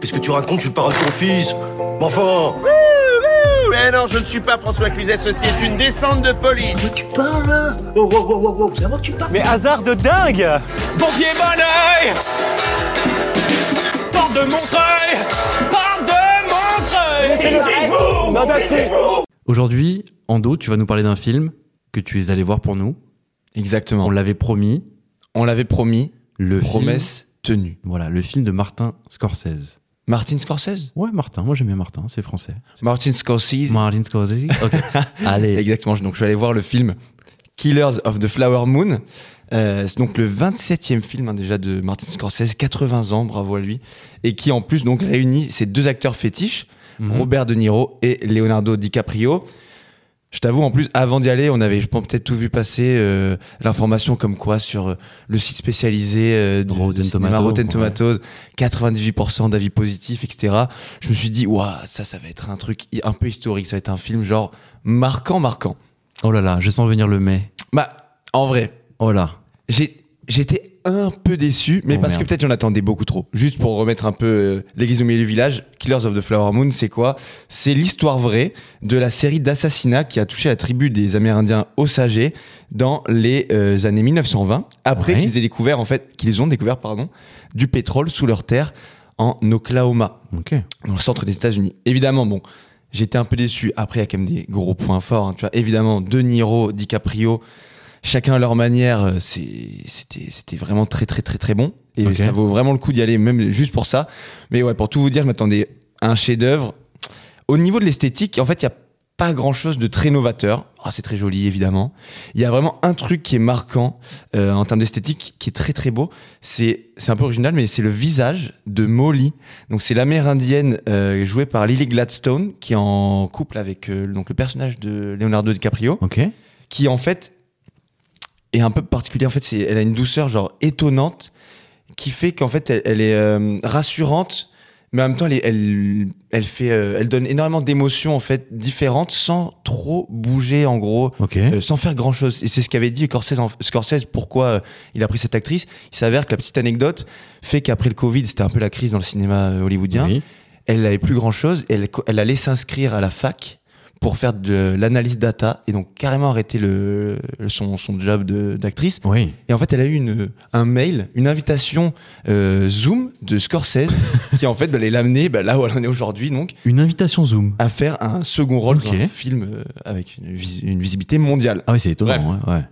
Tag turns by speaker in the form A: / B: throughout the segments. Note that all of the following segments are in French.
A: Qu'est-ce que tu racontes Je suis le parrain de ton fils. Mais enfin
B: Eh non, je ne suis pas François Cluzet, ceci est une descente de police.
C: Mais tu parles là Oh, oh, oh, oh, oh, c'est à moi que tu parles
D: Mais hasard de dingue
E: Portier Bonneuil Porte de Montreuil Porte de Montreuil
B: C'est vous
D: Non, non, c'est-
F: Aujourd'hui, Ando, tu vas nous parler d'un film que tu es allé voir pour nous.
G: Exactement.
F: On l'avait promis.
G: On l'avait promis.
F: Le film-
G: Promesse tenue.
F: voilà, le film de Martin Scorsese.
G: Martin Scorsese
F: Ouais, Martin. Moi, j'aime bien Martin. C'est français.
G: Martin Scorsese.
F: Martin Scorsese. Ok. Allez.
G: Exactement. Donc je suis allé voir le film Killers of the Flower Moon. Euh, c'est donc le 27e film hein, déjà de Martin Scorsese, 80 ans, bravo à lui, et qui en plus donc réunit ces deux acteurs fétiches,
F: Mhm.
G: Robert De Niro et Leonardo DiCaprio. Je t'avoue, en plus, avant d'y aller, on avait, je pense, peut-être tout vu passer euh, l'information comme quoi sur euh, le site spécialisé euh, du,
F: Rotten
G: du cinéma
F: Tomatoes,
G: Rotten
F: ouais.
G: Tomatoes, 98% d'avis positifs, etc. Je me suis dit, waouh, ça, ça va être un truc hi- un peu historique, ça va être un film genre marquant, marquant.
F: Oh là là, je sens venir le mai.
G: Bah, en vrai,
F: Oh là.
G: j'ai- j'étais un peu déçu, mais
F: Oh,
G: parce
F: merde.
G: que peut-être j'en attendais beaucoup trop. Juste pour remettre un peu euh, l'église au milieu du village, Killers of the Flower Moon, c'est quoi C'est l'histoire vraie de la série d'assassinats qui a touché la tribu des Amérindiens Osage dans les euh, années 1920, après
F: Ouais.
G: qu'ils aient découvert, en fait, qu'ils ont découvert, pardon, du pétrole sous leur terre en Oklahoma
F: Ok.
G: dans le centre des États-Unis. Évidemment, bon, j'étais un peu déçu. Après, il y a quand même des gros points forts. hein. tu vois, évidemment, De Niro, DiCaprio, chacun à leur manière, euh, c'est- c'était c'était vraiment très, très, très, très bon. Et
F: Ok.
G: ça vaut vraiment le coup d'y aller, même juste pour ça. Mais ouais, pour tout vous dire, je m'attendais à un chef-d'œuvre. Au niveau de l'esthétique, en fait, il n'y a pas grand-chose de très novateur. Ah, c'est très joli, évidemment. Il y a vraiment un truc qui est marquant euh, en termes d'esthétique, qui est très, très beau. C'est c'est un peu original, mais c'est le visage de Molly. Donc c'est l'Amérindienne euh, jouée par Lily Gladstone qui est en couple avec euh, donc le personnage de Leonardo DiCaprio
F: Ok.
G: qui en fait est un peu particulier. En fait, c'est elle a une douceur genre étonnante qui fait qu'en fait elle, elle est euh, rassurante, mais en même temps elle, est- elle, elle fait, euh, elle donne énormément d'émotions en fait différentes sans trop bouger en gros.
F: Ok.
G: Euh, sans faire grand chose. Et c'est ce qu'avait dit Scorsese, en- Scorsese pourquoi euh, il a pris cette actrice. Il s'avère que la petite anecdote fait qu'après le Covid, c'était un peu la crise dans le cinéma euh, hollywoodien.
F: Oui.
G: Elle n'avait plus grand chose. Elle, co- elle allait s'inscrire à la fac pour faire de l'analyse data et donc carrément arrêter le, le- son, son job de- d'actrice.
F: Oui.
G: Et en fait, elle a eu une, un mail, une invitation euh, Zoom de Scorsese qui en fait bah, allait l'amener bah, là où elle en est aujourd'hui donc
F: Une invitation Zoom.
G: à faire un second rôle dans
F: Ok.
G: un film euh, avec une, vis- une visibilité mondiale.
F: Ah oui, c'est étonnant. ouais, ouais.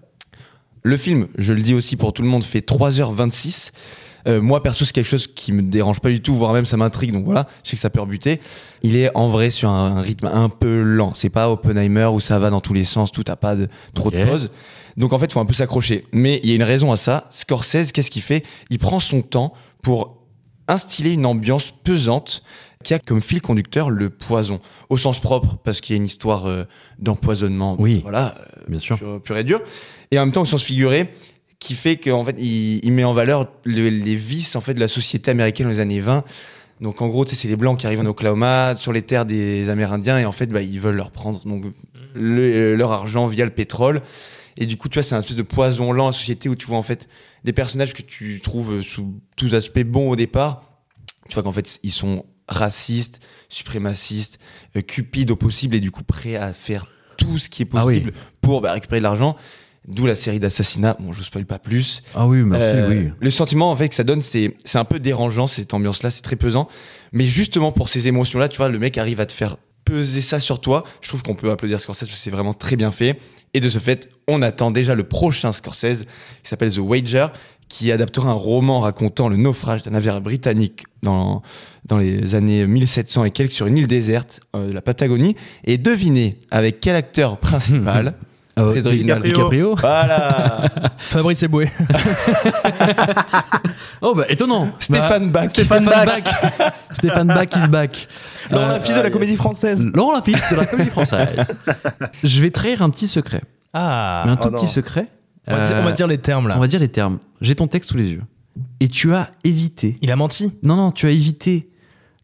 G: Le film, je le dis aussi pour tout le monde, fait 3h26. Euh, moi, perso, c'est quelque chose qui me dérange pas du tout, voire même ça m'intrigue, donc voilà, je sais que ça peut rebuter. Il est en vrai sur un, un rythme un peu lent. C'est pas Oppenheimer où ça va dans tous les sens, tout a pas de, trop
F: Ok.
G: de pause. Donc en fait, faut un peu s'accrocher. Mais il y a une raison à ça. Scorsese, qu'est-ce qu'il fait Il prend son temps pour instiller une ambiance pesante qui a comme fil conducteur le poison, au sens propre, parce qu'il y a une histoire euh, d'empoisonnement.
F: Oui.
G: Voilà, euh,
F: Bien sûr.
G: pur, pur et dur. Et en même temps, au sens figuré, qui fait qu'en fait, il, il met en valeur le- les vices en fait de la société américaine dans les années 20. Donc en gros, tu sais, c'est les blancs qui arrivent en Oklahoma, sur les terres des Amérindiens, et en fait, bah, ils veulent leur prendre donc, le- leur argent via le pétrole. Et du coup, tu vois, c'est un espèce de poison lent à la société où tu vois en fait des personnages que tu trouves sous tous aspects bons au départ. Tu vois qu'en fait, ils sont racistes, suprémacistes, euh, cupides au possible, et du coup, prêts à faire tout ce qui est
F: Ah oui.
G: possible pour bah, récupérer de l'argent. D'où la série d'assassinats. Bon, je vous spoil pas plus.
F: Ah oui, merci,
G: Euh,
F: oui.
G: Le sentiment en fait que ça donne, c'est c'est un peu dérangeant cette ambiance-là, c'est très pesant. Mais justement pour ces émotions-là, tu vois, le mec arrive à te faire peser ça sur toi. Je trouve qu'on peut applaudir Scorsese parce que c'est vraiment très bien fait. Et de ce fait, on attend déjà le prochain Scorsese qui s'appelle The Wager, qui adaptera un roman racontant le naufrage d'un navire britannique dans, dans les années 1700 et quelques sur une île déserte euh, de la Patagonie. Et devinez avec quel acteur principal
F: Ah,
G: très original.
F: DiCaprio.
G: Voilà
H: Fabrice Eboué.
F: Oh bah étonnant.
G: Stéphane Bach
H: Stéphane Bach.
F: Stéphane Bach is back.
H: Laurent
F: Euh,
H: Lafitte de la comédie française.
F: Laurent Lafitte de la comédie française. Je vais trahir un petit secret.
H: Ah.
F: Mais un tout
H: oh non.
F: petit secret. euh,
H: On va, dire, on va dire les termes là.
F: on va dire les termes. J'ai ton texte sous les yeux. Et tu as évité.
H: Il a menti.
F: Non, non, tu as évité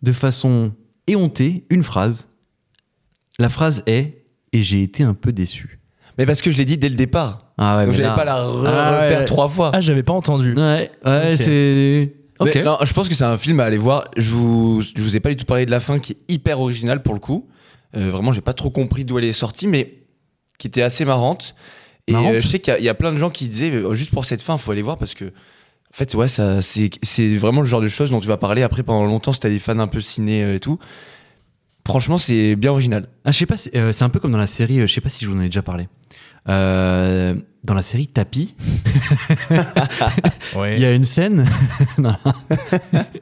F: de façon éhontée une phrase. La phrase est Et j'ai été un peu déçu.
G: Mais parce que je l'ai dit dès le départ.
F: Ah ouais,
G: Donc
F: mais
G: j'allais
F: là-
G: pas la re-
F: Ah ouais.
G: refaire trois fois.
H: Ah, j'avais pas entendu.
F: Ouais, ouais,
H: Ok.
F: c'est. Ok.
G: Mais non, je pense que c'est un film à aller voir. Je vous, je vous ai pas du tout parlé de la fin qui est hyper originale pour le coup. Euh, vraiment, j'ai pas trop compris d'où elle est sortie, mais qui était assez marrante. Et
F: Marrante.
G: euh, je sais qu'il y a- il y, a plein de gens qui disaient euh, juste pour cette fin, faut aller voir parce que. En fait, ouais, ça, c'est, c'est vraiment le genre de choses dont tu vas parler après pendant longtemps si t'as des fans un peu ciné euh, et tout. Franchement, c'est bien original.
F: Ah, je sais pas, c'est euh, c'est un peu comme dans la série, euh, je sais pas si je vous en ai déjà parlé. Euh, dans la série Tapi, il y a une scène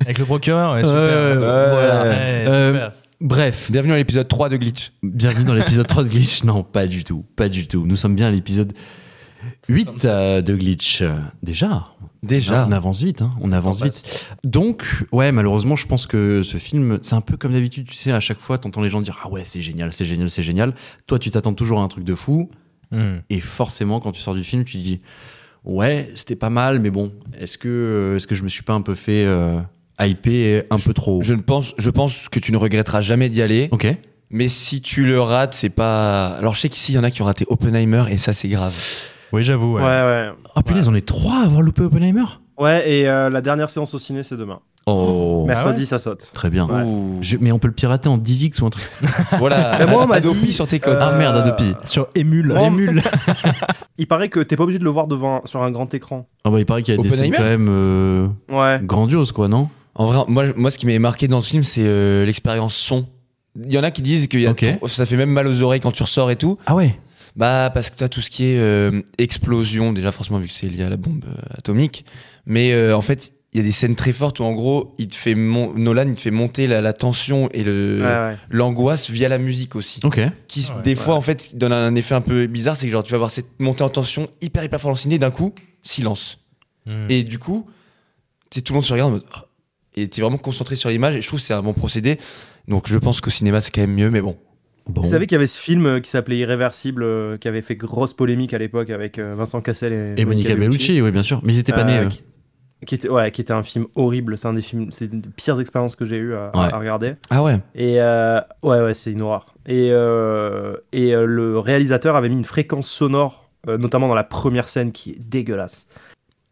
H: Avec le procureur, ouais,
F: Ouais,
H: super.
F: ouais,
G: ouais.
H: Voilà.
G: Ouais.
H: Ouais,
F: Euh,
H: super.
F: Bref,
G: Bienvenue à l'épisode 3 de Glitch.
F: bienvenue dans l'épisode 3 de Glitch. Non, pas du tout, pas du tout. Nous sommes bien à l'épisode 8 euh, de Glitch. Euh, Déjà,
G: Déjà.
F: on avance vite, hein, on avance vite. Donc, ouais, malheureusement, je pense que ce film, c'est un peu comme d'habitude, tu sais, à chaque fois, t'entends les gens dire Ah ouais, c'est génial, c'est génial, c'est génial. Toi, tu t'attends toujours à un truc de fou,
H: Hmm.
F: et forcément, quand tu sors du film, tu te dis Ouais, c'était pas mal, mais bon, est-ce que, est que je me suis pas un peu fait euh, hyper un peu trop
G: Je ne pense, je pense que tu ne regretteras jamais d'y aller.
F: Ok.
G: Mais si tu le rates, c'est pas. Alors je sais qu'ici, il y en a qui ont raté Oppenheimer et ça, c'est grave.
H: Oui, j'avoue.
D: Ouais,
H: ouais.
D: ouais.
F: Ah punaise, on est trois à avoir loupé Oppenheimer
D: Ouais, et euh, la dernière séance au ciné, c'est demain.
F: Oh,
D: Mercredi, ça saute.
F: très bien.
D: Ouais.
G: Ouh.
F: Je- mais on peut le pirater en DivX ou un truc.
G: Voilà.
D: Mais moi, on m'a
G: Adopi
D: dit,
G: sur tes codes.
F: Ah
D: Euh,
F: merde, Adopi.
H: Sur Emule.
D: Moi,
H: Emule.
D: Il paraît que t'es pas obligé de le voir devant sur un grand écran.
F: Ah bah il paraît qu'il y a des scènes
G: Oppenheimer
F: quand même euh,
D: Ouais.
F: grandioses quoi, non
G: En vrai, moi, je- moi, ce qui m'est marqué dans ce film, c'est euh, l'expérience son. Il y en a qui disent que y a
F: Ok.
G: trop- ça fait même mal aux oreilles quand tu ressors et tout.
F: Ah ouais
G: Bah, parce que t'as tout ce qui est euh, explosion, déjà, forcément, vu que c'est lié à la bombe euh, atomique. Mais euh, en fait, il y a des scènes très fortes où, en gros, il te fait mon- Nolan, il te fait monter la, la tension et le-
D: Ouais, ouais.
G: l'angoisse via la musique aussi.
F: Ok.
G: qui des fois en fait donne un, un effet un peu bizarre c'est que genre tu vas avoir cette montée en tension hyper hyper fort ciné d'un coup silence
H: Hmm.
G: et du coup tu sais, tout le monde se regarde en mode, Ah et t'es vraiment concentré sur l'image et je trouve que c'est un bon procédé donc je pense qu'au cinéma c'est quand même mieux mais bon
F: Bon.
D: Vous savez qu'il y avait ce film euh, qui s'appelait Irréversible, euh, qui avait fait grosse polémique à l'époque avec euh, Vincent Cassel et,
F: Et Monica Bellucci, oui bien sûr. Mais ils étaient pas
D: Euh,
F: nés. eux.
D: qui- Qui était, ouais, qui était un film horrible. C'est un des films, c'est une des pires expériences que j'ai eues à, à
F: Ouais.
D: regarder.
G: ah ouais
D: Et euh, ouais, ouais, c'est une horreur. Et, euh, et euh, le réalisateur avait mis une fréquence sonore, euh, notamment dans la première scène, qui est dégueulasse.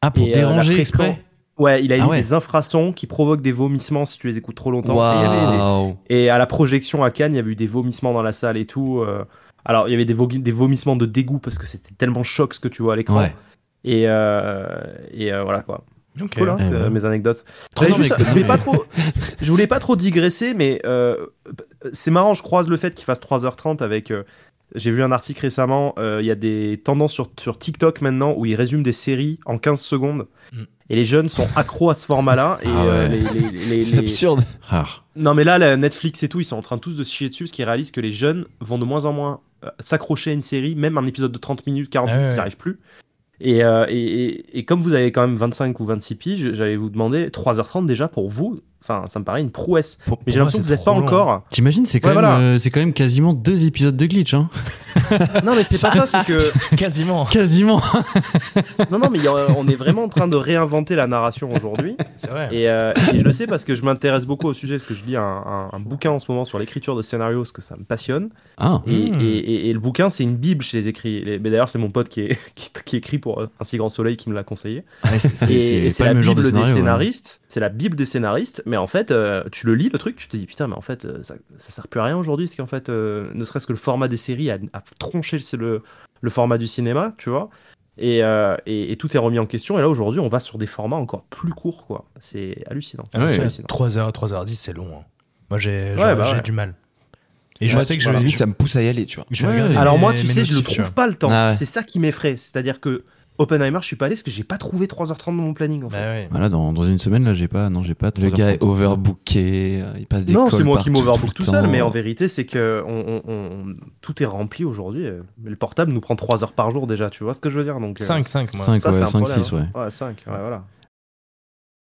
F: Ah pour
D: et, euh,
F: déranger
D: la fréquence-
F: exprès
D: Ouais, il a
F: Ah
D: mis
F: ouais.
D: des infrasons qui provoquent des vomissements si tu les écoutes trop longtemps. Et, il y avait des-
G: waouh
D: et à la projection à Cannes, il y avait eu des vomissements dans la salle et tout. euh. Alors, il y avait des, vo- des vomissements de dégoût parce que c'était tellement choc ce que tu vois à l'écran.
F: Ouais.
D: Et, euh, et euh, voilà quoi.
H: Ok.
D: Cool, hein,
F: Eh
D: c'est,
F: ouais.
D: euh, mes anecdotes.
F: Ah non,
D: J'avais juste-
F: mais-
D: je, voulais pas trop, je voulais pas trop digresser, mais euh, c'est marrant, je croise le fait qu'il fasse 3h30 avec... euh, j'ai vu un article récemment, euh, il y a des tendances sur, sur TikTok maintenant où ils résument des séries en 15 secondes.
H: Mm.
D: Et les jeunes sont accros à ce format-là. Et
F: Ah
D: euh,
F: ouais.
D: les- les- les-
G: c'est
D: les-
G: absurde
F: Ah.
D: non mais là, la Netflix et tout, ils sont en train tous de se chier dessus parce qu'ils réalisent que les jeunes vont de moins en moins euh, s'accrocher à une série, même un épisode de 30 minutes, 40
H: Ah
D: minutes,
H: ouais,
D: ça
H: ouais.
D: arrive plus. Et, euh, et, et- et comme vous avez quand même 25 ou 26 piges, j'allais vous demander 3h30 déjà pour vous. Enfin, ça me paraît une prouesse.
H: Pour-
D: Mais
H: pour
D: j'ai
H: moi,
D: l'impression que vous
H: c'est
D: n'êtes pas
H: trop long. hein.
D: encore.
F: T'imagines, c'est quand,
D: Ouais,
F: même,
D: voilà.
F: euh, c'est quand même quasiment deux épisodes de glitch. Hein.
D: Non, mais c'est pas ça, c'est que.
H: Quasiment.
F: Quasiment.
D: Non, non, mais il y a- on est vraiment en train de réinventer la narration aujourd'hui.
H: C'est vrai.
D: Et, euh, et je le sais parce que je m'intéresse beaucoup au sujet, parce que je lis un, un- un bouquin en ce moment sur l'écriture de scénarios, parce que ça me passionne.
F: Ah.
D: Et,
H: Hmm.
D: et- et- et le bouquin, c'est une bible chez les écrits. Les- mais d'ailleurs, c'est mon pote qui, est, qui, qui écrit pour euh, Un si grand soleil qui me l'a conseillé.
F: Ah c'est-
D: Et, et c'est
F: pas
D: la
F: le même genre
D: bible
F: de
D: des
F: scénario, hein. ouais.
D: scénaristes. C'est la bible des scénaristes. Mais en fait, euh, tu le lis, le truc, tu te dis putain, mais en fait, euh, ça, ça sert plus à rien aujourd'hui. Parce qu'en fait, euh, ne serait-ce que le format des séries a, a tronché le, le, le format du cinéma, tu vois. Et, euh, et- et tout est remis en question. Et là, aujourd'hui, on va sur des formats encore plus courts, quoi. C'est hallucinant.
F: Ah ouais.
D: C'est
H: Ouais,
D: hallucinant.
H: 3h, 3h10, c'est long. hein. Moi, j'ai j'ai-
D: Ouais, bah
H: j'ai
D: ouais.
H: du mal. Et je
G: Moi,
H: sais que
G: tu-
H: je
G: voilà,
H: vais.
G: limite, ça me pousse à y aller tu vois
H: je vais
F: Ouais.
H: regarder
D: Alors
H: mes-
D: moi, tu
H: mes
D: sais, je le
H: notifs, tu
D: trouve pas le temps.
G: Ah ouais.
D: C'est ça qui m'effraie. C'est-à-dire que Oppenheimer, je suis pas allé parce que j'ai pas trouvé 3h30 dans mon planning. En
H: vois.
D: fait.
H: Bah ouais.
F: Voilà, dans, dans une semaine, là, j'ai pas. Non, j'ai pas.
G: le
F: 3h30.
G: gars est overbooké euh, il passe des
D: non,
G: calls
D: c'est moi qui
G: partout,
D: m'overbook
G: tout
D: tout
G: le
D: seul,
G: temps.
D: mais en vérité, c'est que on, on- on- tout est rempli aujourd'hui. euh, mais Le portable nous prend 3 heures par jour déjà, tu vois ce que je veux dire donc, euh,
H: 5, 5, moi.
F: Cinq,
D: ça,
F: ouais,
D: c'est un
F: cinq,
D: problème,
F: six,
D: hein. Ouais, 5, voilà.